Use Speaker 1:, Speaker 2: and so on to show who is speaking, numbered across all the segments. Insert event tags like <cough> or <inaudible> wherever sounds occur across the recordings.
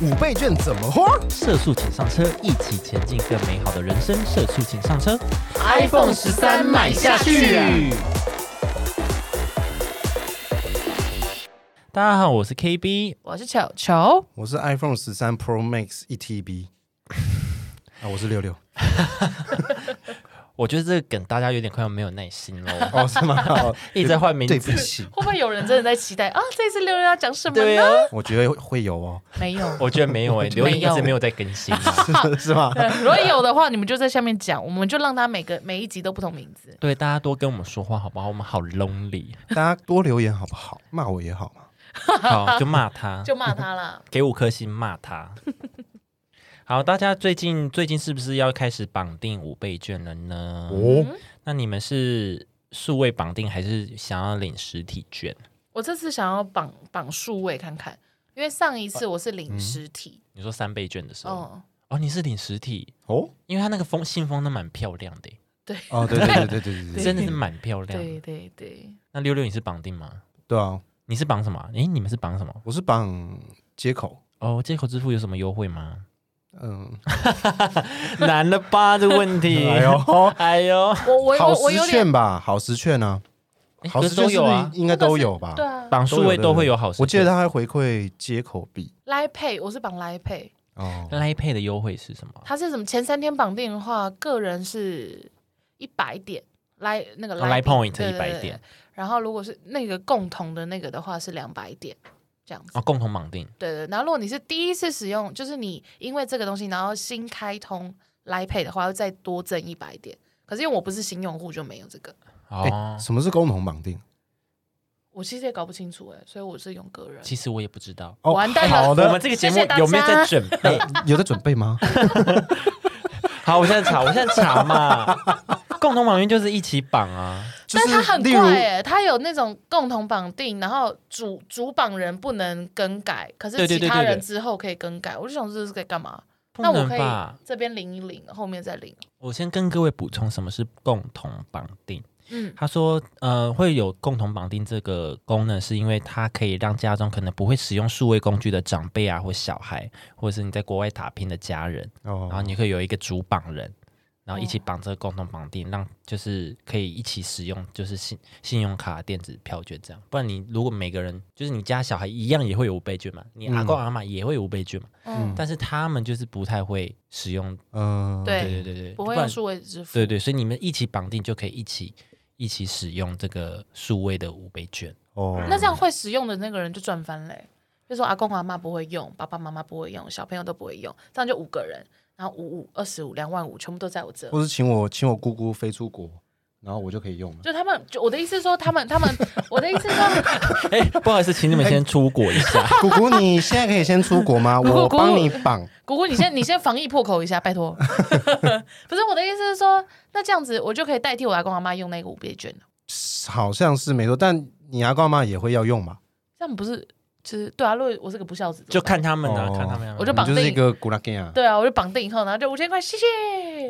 Speaker 1: 五倍券怎么花？
Speaker 2: 社畜请上车，一起前进更美好的人生。社畜请上车
Speaker 3: iPhone 13买下去。
Speaker 2: 大家好，我是 KB。
Speaker 3: 我是球球，
Speaker 1: 我是 iPhone 十三 Pro Max 一 TB，啊，我是六六，
Speaker 2: 我觉得这个梗大家有点快要没有耐心了，
Speaker 3: <laughs>
Speaker 1: 哦，是吗？哦
Speaker 2: 一直在换名
Speaker 1: 对
Speaker 2: 字
Speaker 1: 不。起，
Speaker 3: 会不会有人真的在期待啊？这次六六要讲什么
Speaker 2: 对
Speaker 3: 呢？
Speaker 2: 啊，
Speaker 1: 我觉得会有哦，
Speaker 3: 没有，
Speaker 2: 我觉得没有哎、留言
Speaker 3: 没有
Speaker 2: 一直没有在更新、啊
Speaker 3: <laughs>
Speaker 1: 是是吗？
Speaker 3: 对如果有的话，你们就在下面讲，我们就让他每个每一集都不同名字。
Speaker 2: 对，大家多跟我们说话好不好？我们好
Speaker 3: <laughs>
Speaker 2: lonely，
Speaker 1: 大家多留言好不好？骂我也好嘛。
Speaker 2: 好就骂他，，
Speaker 3: <laughs> 就骂他啦
Speaker 2: 给五颗星骂他。好，大家最近最近是不是要开始绑定五倍券了呢？
Speaker 1: 哦，
Speaker 2: 那你们是数位绑定还是想要领实体券？
Speaker 3: 我这次想要绑绑数位看看，因为上一次我是领实体，
Speaker 2: 你说三倍券的时候，
Speaker 3: 嗯，
Speaker 2: 哦，你是领实体，
Speaker 1: 哦，
Speaker 2: 因为它那个封信封都蛮漂亮的耶，
Speaker 1: 哦，对对对对对对对，
Speaker 2: <laughs> 真的是蛮漂亮
Speaker 3: 对
Speaker 2: 的。
Speaker 3: 对对，
Speaker 2: 那六六你是绑定吗？
Speaker 1: 对啊，
Speaker 2: 你是绑什么啊？诶，你们是绑什么？
Speaker 1: 我是绑接口，
Speaker 2: 哦，接口支付有什么优惠吗？ <laughs>
Speaker 1: 嗯，
Speaker 2: 难了吧，这问题。
Speaker 1: 哎呦，
Speaker 2: 哎呦，
Speaker 3: 我我
Speaker 1: 好
Speaker 3: 我我有
Speaker 1: 时
Speaker 3: 点
Speaker 1: 券吧，好时券啊，
Speaker 2: 诶
Speaker 1: 好
Speaker 2: 可
Speaker 1: 时
Speaker 2: 是
Speaker 1: 券
Speaker 2: 都
Speaker 1: 是
Speaker 2: 有
Speaker 1: 不
Speaker 2: 啊
Speaker 1: 是，应该都有吧？
Speaker 3: 对啊
Speaker 2: 绑数位都会有好事。
Speaker 1: 我记得他还回馈接口币
Speaker 3: 来 pay，我是绑来 pay，
Speaker 1: 哦，
Speaker 2: 来配的优惠是什么？
Speaker 3: 它是什么？前三天绑定的话，个人是一百点，来那个
Speaker 2: 哦来 point
Speaker 3: 对对对
Speaker 2: 100点
Speaker 3: 然后如果是那个共同的那个的话是两百点，这样子。
Speaker 2: 哦，共同绑定。
Speaker 3: 对对，然后如果你是第一次使用，就是你因为这个东西然后新开通来 pay 的话，会再多挣一百点。可是因为我不是新用户，就没有这个，
Speaker 2: 哦
Speaker 1: 哎，，什么是共同绑定？
Speaker 3: 我其实也搞不清楚哎、所以我是用个人。
Speaker 2: 其实我也不知道。
Speaker 1: 哦
Speaker 3: 完蛋了
Speaker 1: 好
Speaker 2: 我
Speaker 1: 的
Speaker 2: 们，这个节目
Speaker 3: 谢谢大家
Speaker 2: 有没有在准备？
Speaker 1: 呃有在准备吗？
Speaker 2: 好，我现在查，我现在查
Speaker 3: <laughs>
Speaker 2: 嘛。共同绑定就是一起绑啊，
Speaker 1: 就
Speaker 3: 但它很
Speaker 1: 例
Speaker 3: 怪
Speaker 1: 如
Speaker 3: 哎、它有那种共同绑定，然后主主绑人不能更改，可
Speaker 2: 对
Speaker 3: 是
Speaker 2: 对
Speaker 3: 其
Speaker 2: 对
Speaker 3: 他
Speaker 2: 对对
Speaker 3: 人之后可以更改。我就想这是在干嘛？
Speaker 2: 不
Speaker 3: 那我
Speaker 2: 能
Speaker 3: 可
Speaker 2: 吧
Speaker 3: 以？这边领一领，后面再领。
Speaker 2: 我先跟各位补充什么是共同绑定。
Speaker 3: 嗯，
Speaker 2: 他说，呃，会有共同绑定这个功能，是因为它可以让家中可能不会使用数位工具的长辈啊，或小孩，或者是你在国外打拼的家人，然后
Speaker 1: 哦，
Speaker 2: 你可以有一个主绑人，然后一
Speaker 3: 嗯
Speaker 2: 起绑这个共同绑定，让就是可以一起使用，就是信信用卡、电子票券这样。不然你如果每个人就是你家小孩一样也会有五倍券嘛，你阿公阿妈也会有五倍券嘛，
Speaker 3: 嗯，
Speaker 2: 但是他们就是不太会使用。
Speaker 1: 嗯，
Speaker 3: 对
Speaker 2: 对对对对，
Speaker 3: 不会
Speaker 2: 然
Speaker 3: 用数位支付。
Speaker 2: 对对，所以你们一起绑定就可以一起一起使用这个数位的五倍券。 <laughs>
Speaker 1: 哦，
Speaker 2: 嗯
Speaker 3: 那这样会使用的那个人就赚翻嘞、就说阿公阿妈不会用，爸爸妈妈不会用，小朋友都不会用，这样就五个人，然后五五二十五两万五全部都在我这。
Speaker 2: 嗯
Speaker 1: 或是请我请我姑姑飞出国，然后我就可以用了。
Speaker 3: <laughs> 就他们，就我的意思是说，他们 <laughs> 他们，我的意思是说，
Speaker 2: 哎，不好意思，请你们先出国一下。 <laughs>
Speaker 1: 姑姑，你现在可以先出国吗？
Speaker 3: <laughs> 姑姑
Speaker 1: 我帮你绑。
Speaker 3: 姑姑你先你先防疫破口一下，拜托。 <laughs> 不是我的意思是说，那这样子我就可以代替我阿公阿妈用那个五倍券了，
Speaker 1: 好像是没错，但你阿公妈也会要用嘛？
Speaker 3: 这样不是就是对啊？如果我是个不孝子，
Speaker 2: 就看他们啊，
Speaker 1: 哦
Speaker 2: 看他们啊。
Speaker 3: 我就绑
Speaker 1: 你
Speaker 3: 定
Speaker 1: 就是一个古拉根啊！
Speaker 3: 对啊，我就绑定以后，然后就五千块，谢谢。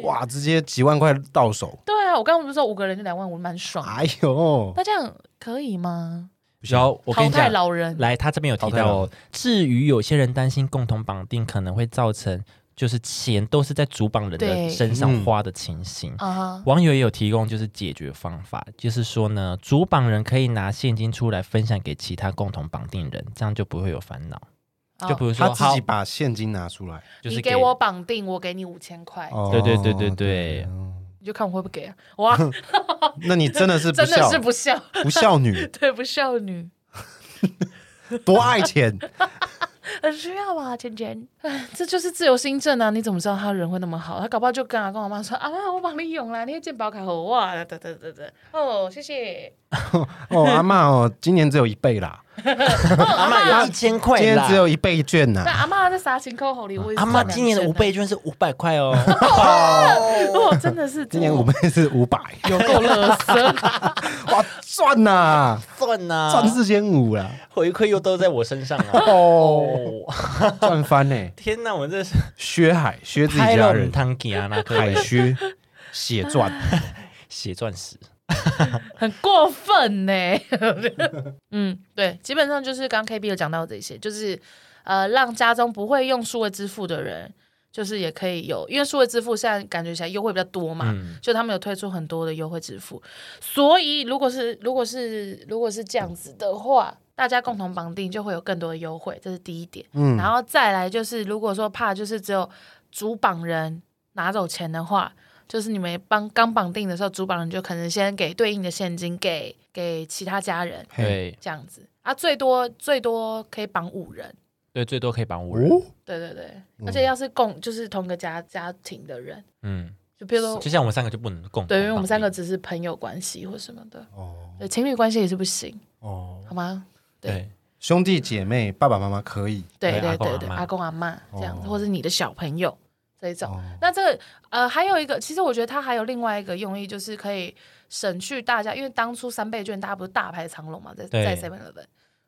Speaker 1: 哇，直接几万块到手，
Speaker 3: 对啊，我刚刚不是说五个人就两万五，蛮爽
Speaker 2: 啊
Speaker 3: 的。
Speaker 1: 哎呦，
Speaker 3: 那这样可以吗？
Speaker 2: 然后我跟
Speaker 3: 淘
Speaker 2: 你
Speaker 3: 汰
Speaker 2: 讲，
Speaker 3: 老人，
Speaker 2: 来，他这边有提
Speaker 1: 淘汰
Speaker 2: 到
Speaker 1: 了
Speaker 2: 哦。至于有些人担心共同绑定可能会造成就是钱都是在主绑人的
Speaker 3: 对
Speaker 2: 身上花的情形。
Speaker 3: 啊哈，
Speaker 2: 网友也有提供就是解决方法，就是说呢，主绑人可以拿现金出来分享给其他共同绑定人，这样就不会有烦恼。就比
Speaker 3: 好
Speaker 2: 如
Speaker 1: 他
Speaker 2: 说，
Speaker 1: 自
Speaker 2: 好
Speaker 1: 己，把现金拿出来。
Speaker 2: 就是
Speaker 3: 哦你给我绑定，我给你五千块，
Speaker 1: 哦
Speaker 2: 对对对对对
Speaker 1: 哦
Speaker 3: 你就看我会不会给啊？
Speaker 2: <laughs>
Speaker 3: 哇，
Speaker 1: 那你真的是不
Speaker 3: <laughs> 真的
Speaker 1: 孝
Speaker 3: 是不孝，
Speaker 1: 不孝女，
Speaker 3: 对不孝女，
Speaker 1: 多爱
Speaker 3: <laughs>
Speaker 1: 钱，
Speaker 3: 很需要啊，钱钱。哎， <laughs> 这就是自由新政啊！你怎么知道他人会那么好？他搞不好就跟阿公阿妈说：“阿妈，我帮你用啦，你的健保卡和我啊，得得得得，哦，谢谢。
Speaker 1: 哦，阿妈哦，今年只有一倍啦，
Speaker 2: 阿妈有一千块
Speaker 1: 今年
Speaker 2: 啦
Speaker 1: 只有一倍券”呐
Speaker 3: 那。阿妈在啥情况口里？我也是
Speaker 2: 阿妈今年的
Speaker 3: 赚
Speaker 2: 五倍券是五百块哦， <laughs>
Speaker 3: 两千啊，哦，真的是
Speaker 1: 今年五倍是五百，
Speaker 3: 有够乐色，
Speaker 1: 哇，赚呐，
Speaker 2: 算呐、
Speaker 3: 啊
Speaker 1: 赚四千五啦，
Speaker 2: 啊回馈又都在我身上啊！
Speaker 1: 哦，
Speaker 2: 哦，
Speaker 1: 赚翻呢，
Speaker 2: <laughs> 天哪，我这是
Speaker 1: 薛海，薛自己
Speaker 2: 拍
Speaker 1: 家
Speaker 2: 了
Speaker 1: 人，
Speaker 2: 汤吉啊，那
Speaker 1: 海
Speaker 2: 个
Speaker 3: <laughs>
Speaker 1: 薛，血赚，
Speaker 2: 血钻石。
Speaker 3: 很过分呢、嗯，对，基本上就是刚 KB 有讲到这些，就是呃，让家中不会用数位支付的人，就是也可以有，因为数位支付现在感觉起来优惠比较多嘛，
Speaker 2: 嗯，
Speaker 3: 就他们有推出很多的优惠支付，所以如果是如果是如果是这样子的话，大家共同绑定就会有更多的优惠，这是第一点。
Speaker 1: 嗯，
Speaker 3: 然后再来就是，如果说怕就是只有主绑人拿走钱的话，就是你们帮刚绑定的时候，主绑人就可能先给对应的现金给给其他家人
Speaker 1: 嘿，
Speaker 2: 对
Speaker 3: 这样子啊，最多最多可以绑五人。
Speaker 2: 对，最多可以绑五人。
Speaker 1: 哦，
Speaker 3: 对对对，
Speaker 1: 嗯
Speaker 3: 而且要是共就是同个家家庭的人，
Speaker 2: 嗯，
Speaker 3: 就比如说
Speaker 2: 就像我们三个就不能共
Speaker 3: 对，因为我
Speaker 2: 同绑
Speaker 3: 们三个
Speaker 2: 定
Speaker 3: 只是朋友关系或什么的，
Speaker 1: 哦，
Speaker 3: 对情侣关系也是不行，
Speaker 1: 哦，
Speaker 3: 好吗？对
Speaker 2: 对
Speaker 1: 兄弟姐妹、爸爸妈妈可以，
Speaker 3: 对
Speaker 2: 对
Speaker 3: 对
Speaker 2: 阿公
Speaker 3: 对
Speaker 2: 阿
Speaker 3: 对，
Speaker 2: 嬷
Speaker 3: 阿公阿妈这样子，
Speaker 1: 哦
Speaker 3: 或者你的小朋友这一种。
Speaker 1: 哦，
Speaker 3: 那这个呃，还有一个，其实我觉得它还有另外一个用意，就是可以省去大家，因为当初三倍券大家不是大排长龙嘛，在
Speaker 2: 对
Speaker 3: 在 Seven Eleven，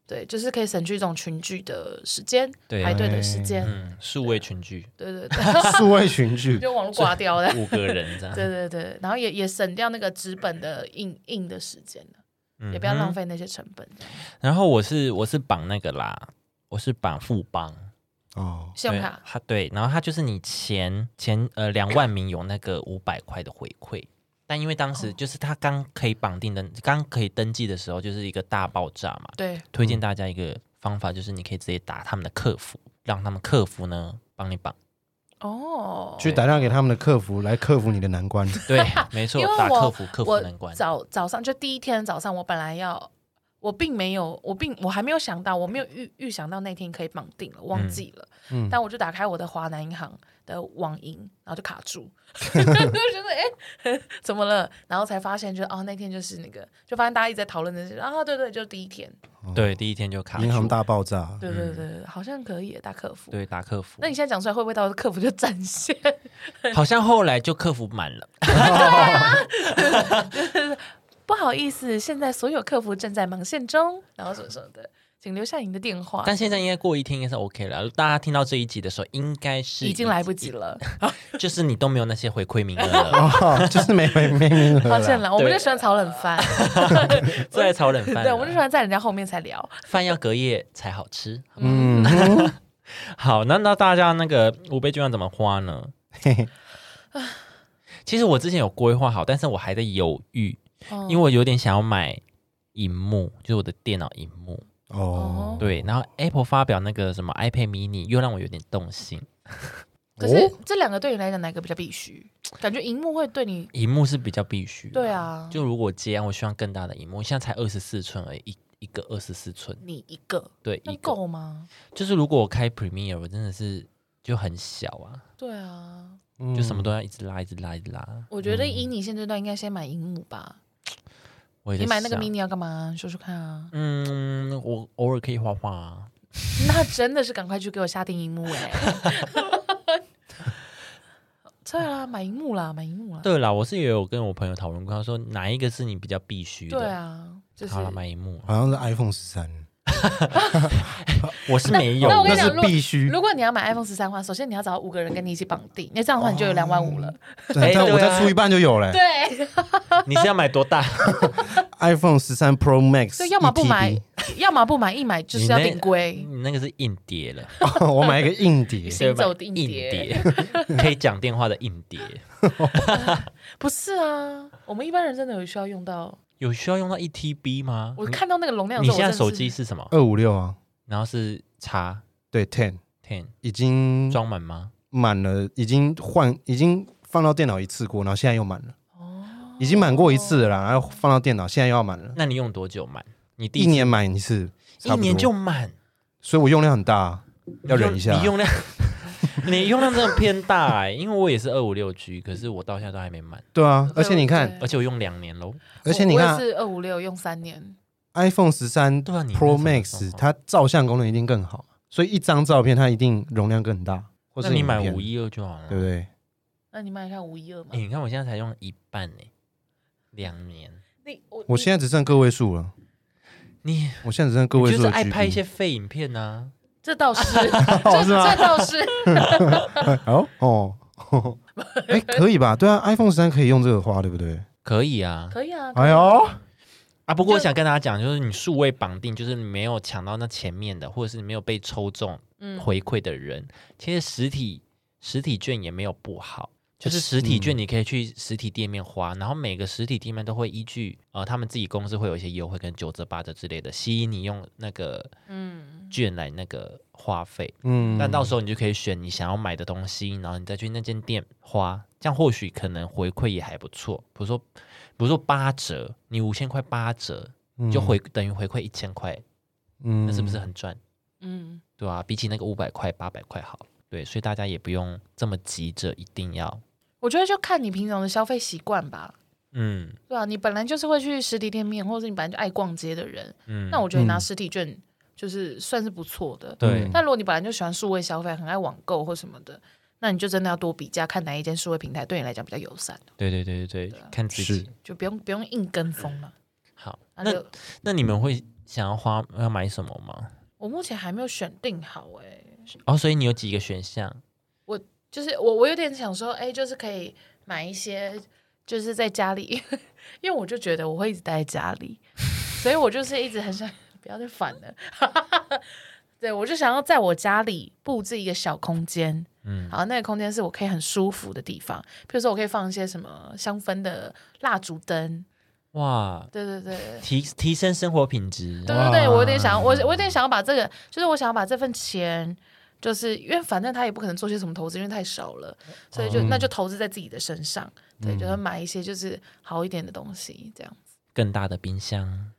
Speaker 3: 对，就是可以省去这种群聚的时间、
Speaker 2: 对，
Speaker 3: 排队的时间，
Speaker 2: 嗯，数位群聚
Speaker 3: 对对对，
Speaker 1: 数位群聚，
Speaker 3: <laughs> 就网络 <laughs> 挂掉了，
Speaker 2: 五个人
Speaker 3: <laughs>
Speaker 2: 这样，
Speaker 3: 对对对，然后也也省掉那个纸本的印印的时间了，
Speaker 2: 嗯
Speaker 3: 也不要浪
Speaker 2: 哼
Speaker 3: 费那些成本，这样
Speaker 2: 然后我是我是绑那个啦，我是绑富邦
Speaker 1: 哦，
Speaker 3: 信用
Speaker 2: 对
Speaker 3: 卡，
Speaker 2: 它对，然后它就是你前前呃两万名有那个五百块的回馈，但因为当
Speaker 3: 哦
Speaker 2: 时就是它刚可以绑定的，刚可以登记的时候，就是一个大爆炸嘛。
Speaker 3: 对，
Speaker 2: 推荐大家一个方法，就是你可以直接打他们的客服，让他们客服呢帮你绑。
Speaker 3: 哦，
Speaker 1: 去打电话给他们的客服来克服你的难关，
Speaker 2: <laughs> 对，没错
Speaker 3: 因为，
Speaker 2: 打
Speaker 3: 我
Speaker 2: 客服客服难
Speaker 3: 我
Speaker 2: 关。
Speaker 3: 早早上就第一天早上，我本来要，我并没有，我并我还没有想到，我没有预预想到那天可以绑定了，忘记了。
Speaker 1: 嗯
Speaker 3: 但我就打开我的华南银行的网银，然后就卡住，就觉得哎、 <laughs> 怎么了？然后才发现就，哦，那天就是那个，就发现大家一直在讨论这些啊，对对，就第一天，
Speaker 2: 对，第一天就卡住
Speaker 1: 银行大爆炸， <laughs>
Speaker 3: 对对对，对好像可以耶打客服。
Speaker 2: 嗯对打客服 <laughs>
Speaker 3: 那，你现在讲出来，会不会到客服就占线？ <laughs>
Speaker 2: 好像后来就客服满了。
Speaker 3: 不好意思，现在所有客服正在忙线中，然后什么什么的，请留下您的电话。
Speaker 2: 但现在应该过一天应该是 OK 了。大家听到这一集的时候，应该是
Speaker 3: 已经来不及，了，
Speaker 2: 就是你都没有那些回馈名额 <laughs> 了，
Speaker 1: 哦，就是没没没名额
Speaker 3: 抱歉
Speaker 1: 了，
Speaker 3: 了，我们就喜欢炒冷饭，
Speaker 2: 最爱炒冷饭了。
Speaker 3: 对，我们就喜欢在人家后面才聊。
Speaker 2: 饭要隔夜才好吃。
Speaker 1: 嗯，
Speaker 3: <laughs>
Speaker 2: 好，那那大家那个五倍券要怎么花呢？
Speaker 1: <laughs> 嘿嘿
Speaker 2: 其实我之前有规划好，但是我还在犹豫，
Speaker 3: 嗯
Speaker 2: 因为我有点想要买荧幕，就是我的电脑荧幕。
Speaker 1: 哦，
Speaker 2: 对，然后 Apple 发表那个什么 iPad mini，又让我有点动心。
Speaker 3: 可是
Speaker 1: 哦
Speaker 3: 这两个对你来讲，哪个比较必须？感觉荧幕会对你，
Speaker 2: 荧幕是比较必须。
Speaker 3: 对，啊，
Speaker 2: 就如果接案，我希望更大的荧幕。现在才二十四寸而已，一一个二十四寸，
Speaker 3: 你一个，
Speaker 2: 对，
Speaker 3: 那
Speaker 2: 一个。
Speaker 3: 够吗？
Speaker 2: 就是如果我开 Premiere，我真的是就很小啊，
Speaker 3: 对啊，
Speaker 1: 嗯
Speaker 2: 就什么都要一直拉，一直拉，一直拉。
Speaker 3: 我觉得以你现阶段，应该先买荧幕吧。
Speaker 2: 我也在
Speaker 3: 你买那个
Speaker 2: 想
Speaker 3: mini 要干嘛？说说看啊。 <laughs>
Speaker 2: 嗯，我偶尔可以画画、啊。
Speaker 3: 那真的是赶快去给我下定荧幕哎。对啊，买荧幕啦，买荧幕啦。
Speaker 2: 对啦，我是也有跟我朋友讨论过，他说哪一个是你比较必须的？
Speaker 3: 对啊，就是
Speaker 2: 好了，买荧幕，
Speaker 1: 好像是 iPhone 十三，哦
Speaker 2: 我是没有，
Speaker 3: 那我跟
Speaker 1: 那
Speaker 3: 你讲
Speaker 1: 是
Speaker 3: 如果
Speaker 1: 必须，
Speaker 3: 如果你要买 iPhone 十三的话，首先你要找五个人跟你一起绑定，那这样的话你就有两万五了。
Speaker 2: 哎
Speaker 1: 对但我
Speaker 2: 对啊
Speaker 1: 再出一半就有了
Speaker 3: 对， <laughs>
Speaker 2: 你是要买多大？
Speaker 1: ，iPhone 十三 Pro Max，E
Speaker 3: 就要么不买
Speaker 1: 1TB，
Speaker 3: 要么不买，一买 <laughs> 就是要
Speaker 2: 你那
Speaker 3: 顶规，哦
Speaker 2: 你那个是硬碟了，
Speaker 1: <laughs> 我买一个硬碟，
Speaker 3: 行走的
Speaker 2: 对吧
Speaker 3: 硬碟
Speaker 2: 硬碟 <laughs> 可以讲电话的硬碟，
Speaker 3: 不是啊？我们一般人真的有需要用到。
Speaker 2: 有需要用到一 TB 吗？
Speaker 3: 我看到那个容量
Speaker 2: 你
Speaker 3: 的时
Speaker 2: 现
Speaker 3: 候，我
Speaker 2: 在
Speaker 3: 真的
Speaker 2: 手
Speaker 3: 是
Speaker 2: 机是什么？
Speaker 1: 二五六啊，
Speaker 2: 然后是叉
Speaker 1: 对，Ten
Speaker 2: ten
Speaker 1: 已经
Speaker 2: 装满吗？
Speaker 1: 满了，已经换，已经放到电脑一次过，然后现在又满了，
Speaker 2: 哦
Speaker 1: 已经满过一次了啦，然后放到电脑，现在又要满了，
Speaker 2: 那你用多久满？你第
Speaker 1: 一
Speaker 2: 次
Speaker 1: 年满一次，差
Speaker 2: 一
Speaker 1: 不多
Speaker 2: 年就，满，
Speaker 1: 所以我用量很大啊，要忍一下
Speaker 2: 你用量， <laughs> 你用量真的偏大哎、因为我也是二五六 G，可是我到现在都还没满，
Speaker 1: 对啊，
Speaker 3: 对
Speaker 1: 而且你看，
Speaker 2: 而且我用两年喽。
Speaker 1: 而且你
Speaker 3: 我
Speaker 1: 看
Speaker 3: 也是二五六用三年，
Speaker 1: iPhone 十三
Speaker 2: 对啊，你
Speaker 1: Pro
Speaker 2: 那什么
Speaker 1: Max
Speaker 2: 时候
Speaker 1: 它照相功能一定更好，所以一张照片它一定容量更大，或
Speaker 2: 那
Speaker 1: 是
Speaker 2: 你
Speaker 1: 影
Speaker 2: 买
Speaker 1: 片
Speaker 2: 五，一二啊就好了，
Speaker 1: 对不对？
Speaker 3: 那你买一下五一二嘛
Speaker 2: 哎、？你看我现在才用一半呢、两年。
Speaker 3: 你我
Speaker 1: 我现在只剩个位数了，
Speaker 2: 你
Speaker 1: 我现在只剩个
Speaker 2: 你
Speaker 1: 位
Speaker 2: 就
Speaker 1: 数
Speaker 2: 是
Speaker 1: 的
Speaker 2: 爱
Speaker 1: GB
Speaker 2: 拍一些废影片啊呐、
Speaker 3: 你这倒
Speaker 1: <laughs>
Speaker 3: 是，这
Speaker 1: 哦是吗
Speaker 3: 这倒是，
Speaker 1: <laughs> 哦哦，哎，可以吧？对啊，iPhone 十三可以用这个花，对不对？
Speaker 2: 可以啊，
Speaker 3: 可以啊，
Speaker 1: 哎呦，
Speaker 2: 啊，不过我
Speaker 3: 就
Speaker 2: 想跟大家讲，就是你数位绑定，就是你没有抢到那前面的，或者是你没有被抽中
Speaker 3: 嗯，
Speaker 2: 回馈的人，其实实体实体券也没有不好。就是实体券，
Speaker 1: 嗯
Speaker 2: 你可以去实体店面花，然后每个实体店面都会依据呃他们自己公司会有一些优惠跟九折八折之类的，吸引你用那个
Speaker 3: 嗯，
Speaker 2: 券来那个花费。
Speaker 1: 嗯
Speaker 2: 但到时候你就可以选你想要买的东西，然后你再去那间店花，这样或许可能回馈也还不错。比如说，比如说八折，你五千块八折，
Speaker 1: 候
Speaker 2: 就回等于回馈一千块，
Speaker 1: 嗯
Speaker 2: 那是不是很赚？
Speaker 3: 嗯，
Speaker 2: 对啊，比起那个五百块、八百块好。对，所以大家也不用这么急着一定要，
Speaker 3: 我觉得就看你平常的消费习惯吧。
Speaker 2: 嗯
Speaker 3: 对啊，你本来就是会去实体店面，或者是你本来就爱逛街的人，
Speaker 2: 嗯，
Speaker 3: 那我觉得你拿
Speaker 1: 嗯
Speaker 3: 实体券就是算是不错的。
Speaker 2: 对
Speaker 1: 嗯
Speaker 3: 但如果你本来就喜欢数位消费，很爱网购或什么的，那你就真的要多比价，看哪一间数位平台对你来讲比较友善，
Speaker 2: 对对对对
Speaker 3: 啊
Speaker 2: 对，看自己
Speaker 1: 是。
Speaker 3: 就不用不用硬跟风了。
Speaker 2: 好，
Speaker 3: 那
Speaker 2: 那
Speaker 3: 就
Speaker 2: 那你们会想要花要买什么吗？
Speaker 3: 我目前还没有选定好哎、
Speaker 2: 哦，所以你有几个选项？
Speaker 3: 就是我我有点想说，哎、就是可以买一些，就是在家里，因为我就觉得我会一直待在家里，所以我就是一直很想 <laughs> 不要再反了。 <laughs> 对，我就想要在我家里布置一个小空间，
Speaker 2: 嗯
Speaker 3: 然后那个空间是我可以很舒服的地方，比如说我可以放一些什么香氛的蜡烛灯，
Speaker 2: 哇，
Speaker 3: 对对对对
Speaker 2: 提提升生活品质。
Speaker 3: 对对对，我有点想要，我我有点想要把这个，就是我想要把这份钱，就是因为反正他也不可能做些什么投资，因为太少了，所以就、那就
Speaker 1: 嗯
Speaker 3: 投资在自己的身上，对，就是买一些就是好一点的东西，这样。
Speaker 2: 更大的冰箱，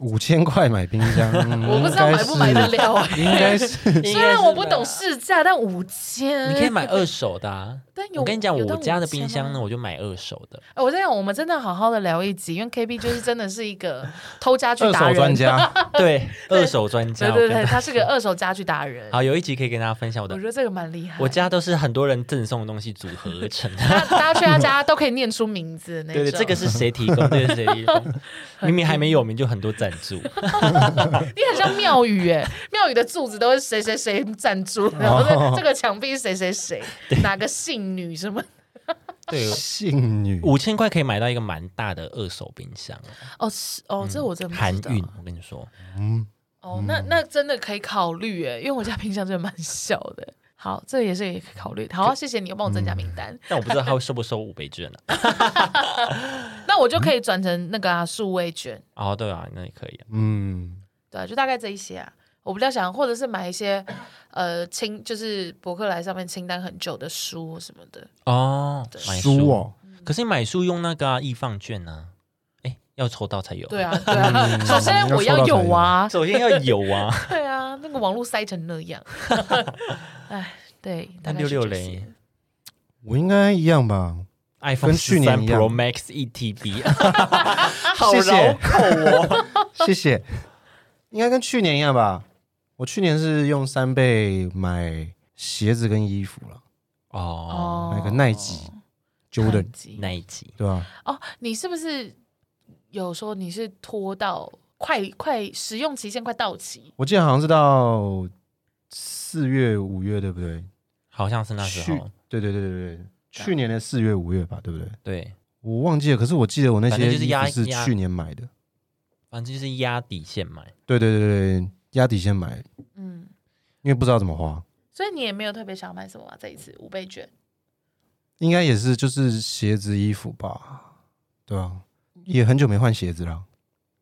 Speaker 1: 五千块买冰
Speaker 3: <laughs>
Speaker 1: 箱，
Speaker 3: 我
Speaker 1: 我
Speaker 3: 不知道买不买得了、啊
Speaker 1: 应该是
Speaker 3: <laughs>
Speaker 1: 啊
Speaker 3: 虽然我不懂市价，但五千，
Speaker 2: <laughs> 你可以买二手的、啊。
Speaker 3: 但有
Speaker 2: 我跟你讲，
Speaker 3: 有到
Speaker 2: 我家的
Speaker 3: 5000吗
Speaker 2: 冰箱呢，我就买二手
Speaker 3: <laughs>
Speaker 2: 的。
Speaker 3: 哎我在想，我们真的好好的聊一集，因为 KB 就是真的是一
Speaker 1: <laughs>
Speaker 3: 个偷家具
Speaker 1: 二
Speaker 3: 达
Speaker 1: 手
Speaker 3: 人，
Speaker 1: 专
Speaker 3: <laughs>
Speaker 1: 家，
Speaker 2: 对，二手专家。
Speaker 3: 对对
Speaker 2: 我跟
Speaker 3: 对，
Speaker 2: 大
Speaker 3: 他是个二手家具达人。
Speaker 2: 好，有一集可以跟大家分享我
Speaker 3: 我
Speaker 2: 的
Speaker 3: 觉，得这个蛮厉害。
Speaker 2: 我家都是很多人赠送的东西组合而成的。
Speaker 3: 大家大家去他家都可以念出名
Speaker 2: <laughs>
Speaker 3: 字的那种。
Speaker 2: 对对，这个是
Speaker 3: <laughs>
Speaker 2: 谁提供？这个是谁提供？明明还没有名，就很多赞助。
Speaker 3: 你很像庙宇 <laughs> 哎，庙宇的柱子都是谁谁谁赞助，然后这这个墙壁是谁谁谁哪个姓女什么
Speaker 2: 对，
Speaker 1: 性女
Speaker 2: 五千块可以买到一个蛮大的二手冰箱，啊
Speaker 3: 哦是哦，这我真不
Speaker 2: 含
Speaker 3: 知道
Speaker 2: 运。我跟你
Speaker 3: <laughs>
Speaker 2: 说，
Speaker 3: 哦，那那真的可以考虑哎，因为我家冰箱真的蛮小的。好，这也是也可以考虑。好，谢谢你又帮我增加名单，
Speaker 2: 但我不知道他会收不收五倍券啊。
Speaker 3: 那我就可以转成那个啊数位卷，
Speaker 2: 哦，对啊，那也可以啊。
Speaker 1: 嗯，
Speaker 3: 对啊，就大概这一些啊。我比较想，或者是买一些呃清，就是博客来上面清单很久的书什么的。
Speaker 2: 哦，买
Speaker 1: 书哦，
Speaker 2: 可是你买书用那个啊易放券呢、啊？哎，要抽到才有。
Speaker 3: 对，啊，对啊。首先我要有啊，
Speaker 2: 首先要有啊。
Speaker 3: <laughs> 对啊，那个网络塞成那
Speaker 2: <laughs>
Speaker 3: 样，哎，对，大
Speaker 2: 但
Speaker 3: 概
Speaker 2: 六
Speaker 3: 是
Speaker 2: 六
Speaker 3: 这
Speaker 2: 雷
Speaker 3: 些
Speaker 1: 我应该一样吧？
Speaker 2: ，iPhone
Speaker 1: 跟去年
Speaker 2: 13
Speaker 1: 一样
Speaker 2: Pro Max E 一 <laughs>
Speaker 3: <laughs>
Speaker 2: TB，好
Speaker 1: 谢
Speaker 2: 绕
Speaker 1: 谢
Speaker 2: 口哦。
Speaker 1: 谢谢，应该跟去年一样吧？我去年是用三倍买鞋子跟衣服了，
Speaker 2: 哦，
Speaker 1: 买个耐吉 Jordan，
Speaker 3: 看机
Speaker 2: 那一集
Speaker 1: 对吧？
Speaker 3: 哦，你是不是有说你是拖到快快使用期限快到期？
Speaker 1: 我记得好像是到四月、五月，对不对？
Speaker 2: 好像是那时
Speaker 1: 去
Speaker 2: 候，，
Speaker 1: 对对对对对，去年的四月、五月吧，对不对？
Speaker 2: 对，
Speaker 1: 我忘记了，可是我记得我那
Speaker 2: 反正
Speaker 1: 些
Speaker 2: 就是
Speaker 1: 衣
Speaker 2: 压
Speaker 1: 服是
Speaker 2: 压
Speaker 1: 去年买的，
Speaker 2: 反正就是压底线买。
Speaker 1: 对对对对，压底线买，
Speaker 3: 嗯，
Speaker 1: 因为不知道怎么花，
Speaker 3: 所以你也没有特别想买什么啊？这一次五倍券，
Speaker 1: 应该也是就是鞋子、衣服吧，对吧？也很久没换鞋子了，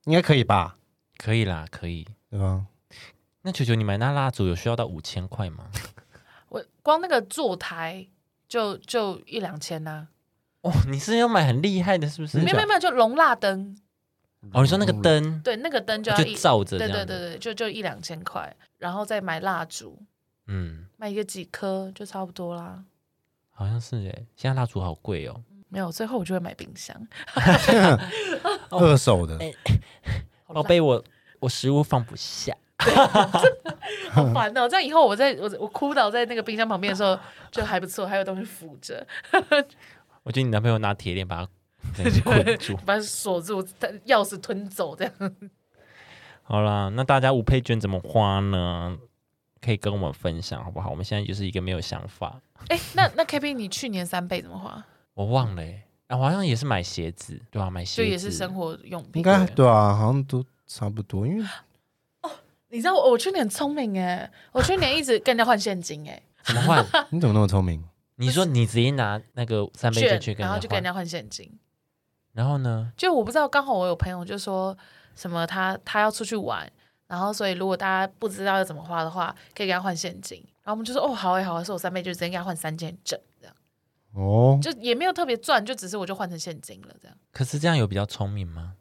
Speaker 1: 应该可以吧？
Speaker 2: 可以啦，可以。
Speaker 1: 对吧？
Speaker 2: 那球球，你买那蜡烛有需要到五千块
Speaker 3: <laughs>
Speaker 2: 吗？
Speaker 3: 我光那个坐台就就一两千呐、
Speaker 2: 哦，你是要买很厉害的，是不是？
Speaker 3: 没有没有没有，就容蜡灯，
Speaker 2: 哦，你说
Speaker 1: 嗯
Speaker 2: 那个灯
Speaker 3: 对，那个灯就要
Speaker 2: 就
Speaker 3: 一，
Speaker 2: 照着，
Speaker 3: 对
Speaker 2: 这样
Speaker 3: 对对
Speaker 2: 子，
Speaker 3: 对，就就一两千块，然后再买蜡烛，
Speaker 2: 嗯，
Speaker 3: 买一个几颗就差不多啦。
Speaker 2: 好像是哎。现在蜡烛好贵哦。
Speaker 3: 没有，最后我就会买冰箱。
Speaker 2: 哦
Speaker 1: 二手
Speaker 2: 哎
Speaker 1: 的，
Speaker 3: 好
Speaker 2: 宝
Speaker 3: 烂
Speaker 2: 贝，我我食物放不下。
Speaker 3: 好烦哦！这样以后我在我我哭倒在那个冰箱旁边的时候， <laughs> 就还不错，还有东西扶着，
Speaker 2: 我觉得你男朋友拿铁链把
Speaker 3: <laughs>
Speaker 2: 它整个捆住。
Speaker 3: 把它锁住，它钥匙吞走 <laughs> 这样。
Speaker 2: 好啦，那大家五配券怎么花呢？可以跟我们分享好不好？我们现在就是一个没有想法，
Speaker 3: 哎，那那 K P，你去年三倍怎么花？
Speaker 2: 我忘了、欸。啊，我好像也是买鞋子，对啊，买鞋
Speaker 3: 就
Speaker 2: 子
Speaker 3: 也是生活用品。
Speaker 1: 应该
Speaker 2: 对
Speaker 1: 对啊，好像都差不多，因为
Speaker 3: 你知道我我去年很聪明哎，我去年一直跟人家换现金哎，
Speaker 2: 怎么换？
Speaker 3: <laughs>
Speaker 1: 你怎么那么聪明？
Speaker 2: 你说你直接拿那个三倍券去跟
Speaker 3: 然后
Speaker 2: 人
Speaker 3: 就
Speaker 2: 家
Speaker 3: 跟
Speaker 2: 换，
Speaker 3: 人家换现金。
Speaker 2: 然后呢？
Speaker 3: 就我不知道，刚好我有朋友就说什么他他要出去玩，然后所以如果大家不知道要怎么花的话，可以给他换现金。然后我们就说哦好哎好哎，所以我三倍就直接给他换三千整，这样
Speaker 2: <laughs>
Speaker 1: 哦，
Speaker 3: 就也没有特别赚，就只是我就换成现金了这样。
Speaker 2: 可是这样有比较聪明吗？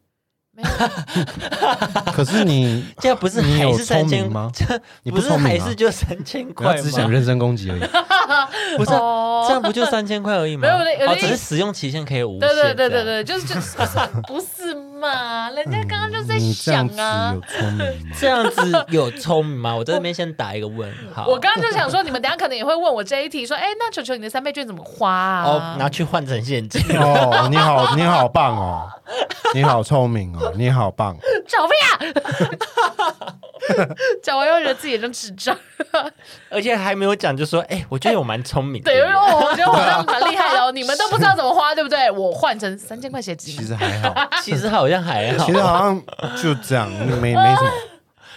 Speaker 3: 没有，
Speaker 1: <laughs> 可是你
Speaker 2: 这样不是
Speaker 1: 你
Speaker 2: 还
Speaker 1: 有
Speaker 2: 是三
Speaker 1: 聪
Speaker 2: 千
Speaker 1: 明吗？
Speaker 2: 这
Speaker 1: 你
Speaker 2: 不
Speaker 1: 不
Speaker 2: 是
Speaker 1: 聪
Speaker 2: 还
Speaker 1: 明啊
Speaker 2: 是就三千
Speaker 1: 不要
Speaker 2: 块吗？
Speaker 1: 只想人身攻击而已。
Speaker 2: 不是啊、
Speaker 3: 哦
Speaker 2: 这样不就三千块而已吗？
Speaker 3: 没有我的我的
Speaker 2: 哦
Speaker 3: 意，思
Speaker 2: 只是使用期限可以无限。
Speaker 3: 对对对
Speaker 2: 这
Speaker 3: 对
Speaker 2: 样，
Speaker 3: 对，就是就是 <laughs> 不是嘛？人家 <laughs> 刚刚就在
Speaker 1: 你嗯这样
Speaker 3: 想
Speaker 1: 子
Speaker 3: 啊
Speaker 1: 有。聪明吗？
Speaker 2: 这样子有聪明吗？我在那边先打一个问号。
Speaker 3: 我刚刚就想说，你们等一下可能也会问我这一题，说，哎，那球球你的三倍券怎么花啊？
Speaker 2: 哦，拿去换成现金。
Speaker 1: <laughs> 哦，你好，你好棒哦，你好聪明哦，你好棒。
Speaker 3: 找屁啊！ <laughs> 讲完又觉得自己像智障，
Speaker 2: 而且还没有讲，就说，哎、我觉得我蛮聪明的耶。
Speaker 3: 对，因为
Speaker 2: <laughs>
Speaker 3: 我觉得我这样蛮厉害
Speaker 1: <laughs>
Speaker 3: 的哦，你们都不知道怎么花，对不对？我换成三千块钱
Speaker 1: 其
Speaker 3: 金，
Speaker 1: 实还好，
Speaker 2: 其实好像还好
Speaker 1: 其。实好像就这
Speaker 3: <laughs>
Speaker 1: 样，没没什么。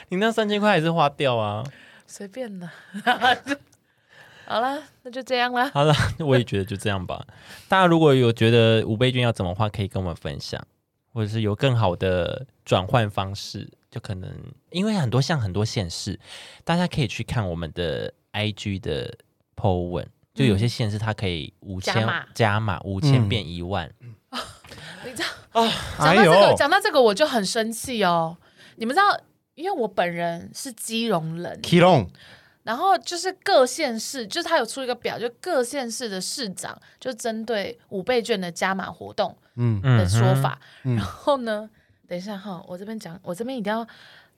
Speaker 2: 你那三千块还是花掉啊。
Speaker 3: 随便的。 <laughs> 好啦，那就这样啦。 <laughs>
Speaker 2: 好了，我也觉得就这样吧。大家如果有觉得五倍券要怎么花，可以跟我们分享，或者是有更好的转换方式，就可能因为很多像很多县市，大家可以去看我们的 IG 的 po 文，就有些县市它可以五千
Speaker 3: 加码
Speaker 2: 加码五千
Speaker 1: 嗯
Speaker 2: 变一万，
Speaker 3: 你知道呃讲
Speaker 1: 哎
Speaker 3: 到这
Speaker 1: 呦，
Speaker 3: 个，讲到这个我就很生气哦。你们知道，因为我本人是基隆人，
Speaker 1: k 隆，
Speaker 3: 然后就是各县市，就是他有出一个表，就各县市的市长就针对五倍券的加码活动
Speaker 1: 嗯，
Speaker 2: 嗯
Speaker 3: 的说法。
Speaker 1: 嗯
Speaker 3: 然后呢，等一下哈，我这边讲，我这边一定要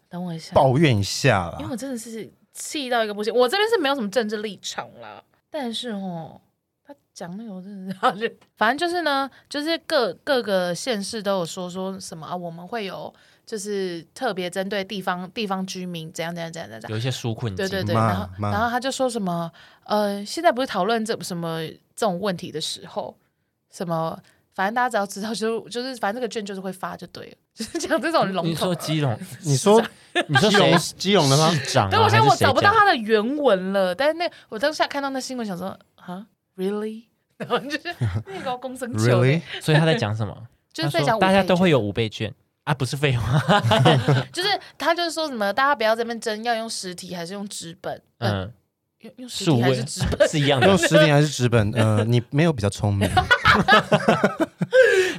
Speaker 3: 等我一下，
Speaker 1: 抱怨一下啦
Speaker 3: 因为。我真的是气到一个不行。我这边是没有什么政治立场啦，但是哦，他讲那个我真的是，反正就是呢，就是各各个县市都有说说什么啊，我们会有就是特别针对地方地方居民怎样怎样怎样怎样。
Speaker 2: 有一些纾困金
Speaker 3: 对对对，
Speaker 1: 骂
Speaker 3: 然后
Speaker 1: 骂
Speaker 3: 然后他就说什么，呃，现在不是讨论这什么这种问题的时候，什么反正大家只要知道就就是反正这个券就是会发就对了，就是讲这种笼
Speaker 2: 你
Speaker 3: 统
Speaker 2: 说。基隆，
Speaker 1: 你说
Speaker 2: 你说
Speaker 3: <laughs>
Speaker 1: 基
Speaker 2: 谁
Speaker 1: 隆 <laughs> 基隆的吗？
Speaker 2: 市长、啊？
Speaker 3: 对，我现在
Speaker 2: 还
Speaker 3: 我
Speaker 2: 是谁
Speaker 3: 找不到
Speaker 2: 讲
Speaker 3: 他的原文了，但是那我当下看到那新闻，想说啊，really，然 <laughs> 后就是那个公生球
Speaker 1: Really？
Speaker 2: 所以他在讲什么？
Speaker 3: <laughs> 就是
Speaker 2: 他
Speaker 3: 在
Speaker 2: 说
Speaker 3: 讲五
Speaker 2: 大家
Speaker 3: 倍
Speaker 2: 都
Speaker 3: 券
Speaker 2: 会有五倍券啊，不是废话。
Speaker 3: <laughs> 就是他就是说什么大家不要这边争，要用实体还是用纸本？嗯，
Speaker 2: 嗯，
Speaker 3: 用用实
Speaker 2: 数
Speaker 3: 体还
Speaker 2: 位
Speaker 3: 是纸本？ <laughs>
Speaker 2: 是一样的
Speaker 1: 用。实体还是纸本？呃，你没有比较聪明。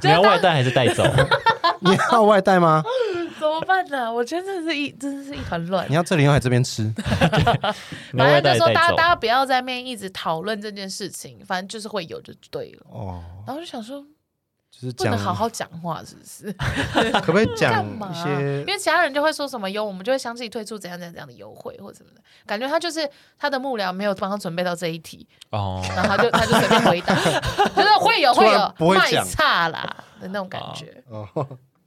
Speaker 2: 你要外带还是带
Speaker 3: <laughs>
Speaker 2: 走？
Speaker 1: 你要外带吗？
Speaker 3: 怎么办呢、我觉得真的是一真的是一团乱
Speaker 1: 你。要这里用还是这边吃？
Speaker 2: 你要外带
Speaker 3: 反正就
Speaker 2: 还
Speaker 3: 说
Speaker 2: 是带
Speaker 3: 大家
Speaker 2: 走
Speaker 3: 大？家不要在面一直讨论这件事情，反正就是会有就对了。
Speaker 1: 哦，
Speaker 3: 然后就想说，
Speaker 1: 就是
Speaker 3: 不
Speaker 1: 讲
Speaker 3: 能好好讲话是不是？
Speaker 1: 可不可以讲
Speaker 3: 干嘛
Speaker 1: 一
Speaker 3: 啊？
Speaker 1: 些
Speaker 3: 因为其他人就会说什么优，我们就会相继推出怎样怎样怎样的优惠或什么的，感觉他就是他的幕僚没有帮他准备到这一题，
Speaker 2: 哦，
Speaker 3: 然后他就他就随便
Speaker 1: <laughs>
Speaker 3: 回答，就是会有
Speaker 1: 突
Speaker 3: 会
Speaker 1: 然
Speaker 3: 有
Speaker 1: 不会
Speaker 3: 卖
Speaker 1: 讲
Speaker 3: 差啦的那种感觉。
Speaker 1: 哦，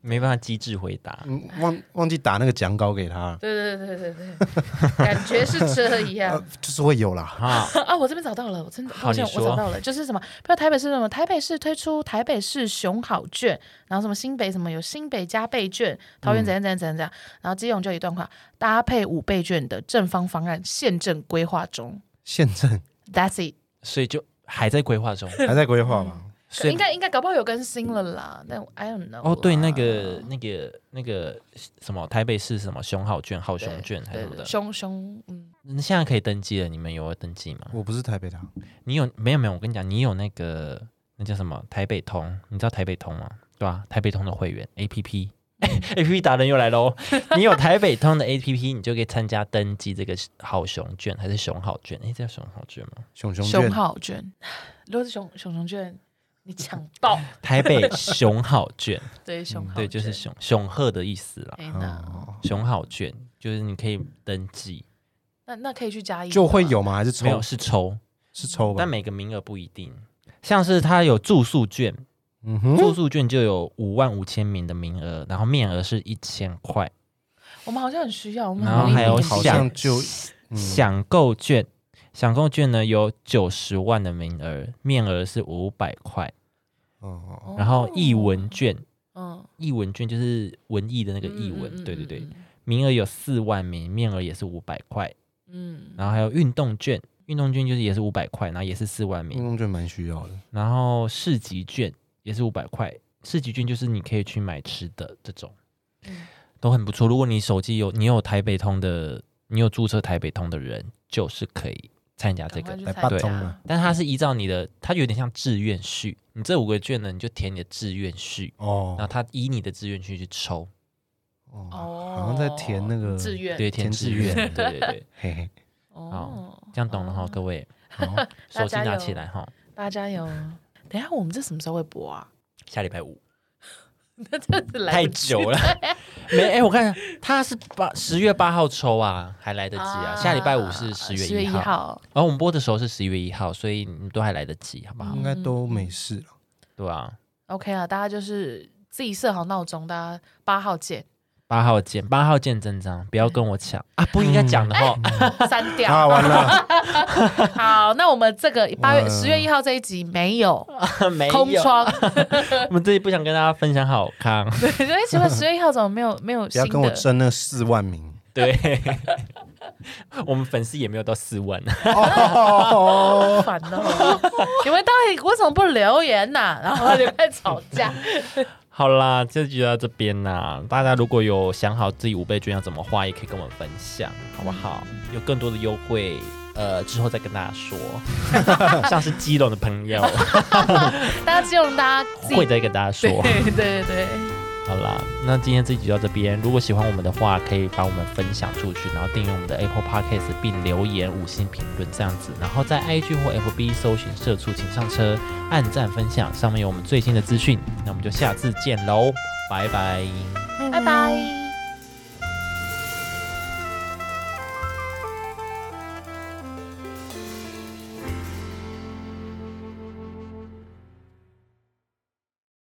Speaker 2: 没办法机智回答。
Speaker 1: 嗯忘忘记打那个讲稿给他了，
Speaker 3: 对对对对对对，感觉是这样
Speaker 1: 呃。，就是会有啦。
Speaker 2: 啊，
Speaker 3: 啊，我这边找到了，我真的
Speaker 2: 好
Speaker 3: 抱歉
Speaker 2: 你，
Speaker 3: 我
Speaker 2: 说
Speaker 3: 找到了，就是什么，不知道台北市什么，台北市推出台北市熊好券，然后什么新北什么有新北加倍券，
Speaker 2: 嗯
Speaker 3: 桃园怎样怎样怎样怎样，然后基隆就有一段话，搭配五倍券的正方方案现正规划中
Speaker 1: 宪
Speaker 2: <laughs>
Speaker 1: 政
Speaker 3: ，That's it，
Speaker 2: 所以就还在规
Speaker 3: <laughs>
Speaker 2: 划中。
Speaker 1: 还在规划吗？
Speaker 2: 所以
Speaker 3: 应该啊应该搞不好有更新了啦，但 I don't know 啦。
Speaker 2: 哦，对，那个那个那个什么台北市什么熊好券、好
Speaker 3: 对
Speaker 2: 熊券还是
Speaker 3: 对
Speaker 2: 什么
Speaker 3: 对
Speaker 2: 的，
Speaker 3: 啊熊熊，嗯，
Speaker 2: 你现在可以登记了。你们有登记吗？
Speaker 1: 我不是台北的啊，
Speaker 2: 你有没有没有？我跟你讲，你有那个那叫什么台北通，你知道台北通吗？对吧、台北通的会员 A P P。A
Speaker 1: 嗯
Speaker 2: <laughs> P P 达人又来喽！你有台北通的 A P P，你就可以参加登记这个好熊券还是熊好券？哎、这叫熊好券吗？
Speaker 1: 熊熊
Speaker 3: 熊
Speaker 1: 券
Speaker 3: 好券，如果是熊熊熊券，你抢
Speaker 2: <laughs>
Speaker 3: 爆，
Speaker 2: 台北熊好
Speaker 1: <laughs>
Speaker 2: 券，
Speaker 3: 对熊好
Speaker 2: 嗯
Speaker 3: 券，哎
Speaker 2: 对，就是熊熊嗯鹤的意思啦。
Speaker 3: 天哪。
Speaker 1: 哦，
Speaker 2: 熊好券就是你可以登记，
Speaker 3: 那那可以去加一，
Speaker 1: 就会有吗？还是
Speaker 2: 没有
Speaker 1: 抽？
Speaker 2: 是抽，
Speaker 1: 是抽吧
Speaker 2: 但？每个名额不一定。像是它有住宿券，
Speaker 1: 嗯哼，
Speaker 2: 住宿券就有五万五千名的名额，然后面额是一千块。
Speaker 3: 我们好像很需要，我们
Speaker 2: 然后
Speaker 3: 好像
Speaker 2: 还有
Speaker 3: 一点
Speaker 1: 好
Speaker 3: 点
Speaker 1: 像
Speaker 2: 想
Speaker 1: 就嗯
Speaker 2: 享购券，享购券呢有九十万的名额，面额是五百块。
Speaker 1: 哦哦，
Speaker 2: 然后译文券，
Speaker 3: 嗯，
Speaker 2: 译文券就是文艺的那
Speaker 3: 那
Speaker 2: 个译
Speaker 3: 嗯
Speaker 2: 文，对对对，，名额有四万名，面额也是五百块，
Speaker 3: 嗯，
Speaker 2: 然后还有运动券，运动券就是也是五百块，然后也是四万
Speaker 1: 运
Speaker 3: 嗯
Speaker 2: 名，
Speaker 1: 动券蛮需要的。
Speaker 2: 然后市集券也是五百块，市集券就是你可以去买吃的这种
Speaker 3: 嗯，
Speaker 2: 都很不错。如果你手机有你有台北通的，你有注册台北通的人，就是可以参加这个
Speaker 3: 赶。快
Speaker 1: 来
Speaker 3: 去
Speaker 1: 八
Speaker 3: 参
Speaker 1: 中
Speaker 3: 加
Speaker 1: 了
Speaker 2: 但它是依照你的，它有点像志愿序，你这五个券呢，你就填你的志愿序，然后
Speaker 1: 哦
Speaker 2: 它依你的志愿序去抽，
Speaker 1: 哦，
Speaker 3: 哦，
Speaker 1: 好像在填那个
Speaker 3: 志愿，
Speaker 2: 对，
Speaker 1: 填
Speaker 2: 填
Speaker 1: 志
Speaker 2: 志愿，
Speaker 1: 愿
Speaker 2: 对对
Speaker 3: <laughs>
Speaker 2: 对，
Speaker 1: 嘿嘿，
Speaker 3: 哦，
Speaker 2: 这样懂了哈，
Speaker 3: 哦
Speaker 2: 各位，
Speaker 1: 哦
Speaker 2: 手机
Speaker 3: 大家
Speaker 2: 拿
Speaker 3: 有
Speaker 2: 起来哈，
Speaker 3: 大家有。 <laughs> 等一下，我们这什么时候会播啊？
Speaker 2: 下礼拜五。
Speaker 3: 那真的
Speaker 2: <laughs>
Speaker 3: 来
Speaker 2: 太
Speaker 3: 不及
Speaker 2: 久了， <laughs> 没哎、我看他是八十月八号抽啊，还来得及啊。下礼拜五是十月
Speaker 3: 一
Speaker 2: 一号，然后、我们播的时候是十一月一号，所以你们都还来得及，好不
Speaker 3: 嗯
Speaker 2: 好？
Speaker 1: 应该都没事了。
Speaker 2: 对啊，
Speaker 3: OK 啊，大家就是自己设好闹钟，大家八号
Speaker 2: <laughs>
Speaker 3: 见，
Speaker 2: 八号见，八号见真章，不要跟我抢啊！不应该讲的话，
Speaker 3: 嗯删
Speaker 1: 啊，
Speaker 3: 掉。
Speaker 1: 完
Speaker 3: <laughs>
Speaker 1: 了，
Speaker 3: 好，那我们这个八月
Speaker 1: 哇
Speaker 3: 十月一号这一集嗯没有
Speaker 2: <laughs> 没
Speaker 3: 空
Speaker 2: 有。
Speaker 3: 窗， <laughs>
Speaker 2: 我们自己不想跟大家分享好康，
Speaker 3: 对，所以哎请问十月一号怎么没有没有
Speaker 1: 不要
Speaker 3: 新
Speaker 1: 跟我
Speaker 3: 的？
Speaker 1: 争那四万
Speaker 3: <laughs>
Speaker 1: 名。
Speaker 2: 对，我们粉丝也没有到四万，啊
Speaker 1: 哦，
Speaker 3: 烦哦！ <laughs> 你们到底为什么不留言呐、然后就开始吵架。
Speaker 2: 好啦，这集就到这边啦。大家如果有想好自己五倍券要怎么花，也可以跟我们分享，好不好？有更多的优惠，呃，之后再跟大家说。 <laughs> 像是基隆的朋友，
Speaker 3: 大家只有大家 <laughs> 自己
Speaker 2: 会再跟大家说
Speaker 3: 对。对对对，
Speaker 2: 好啦，那今天这集就到这边。如果喜欢我们的话，可以把我们分享出去，然后订阅我们的 Apple Podcast，并留言五星评论这样子。然后在 IG 或 FB 搜寻“社畜请上车”，按赞分享，上面有我们最新的资讯。那我们就下次见喽，拜拜。
Speaker 3: 拜拜。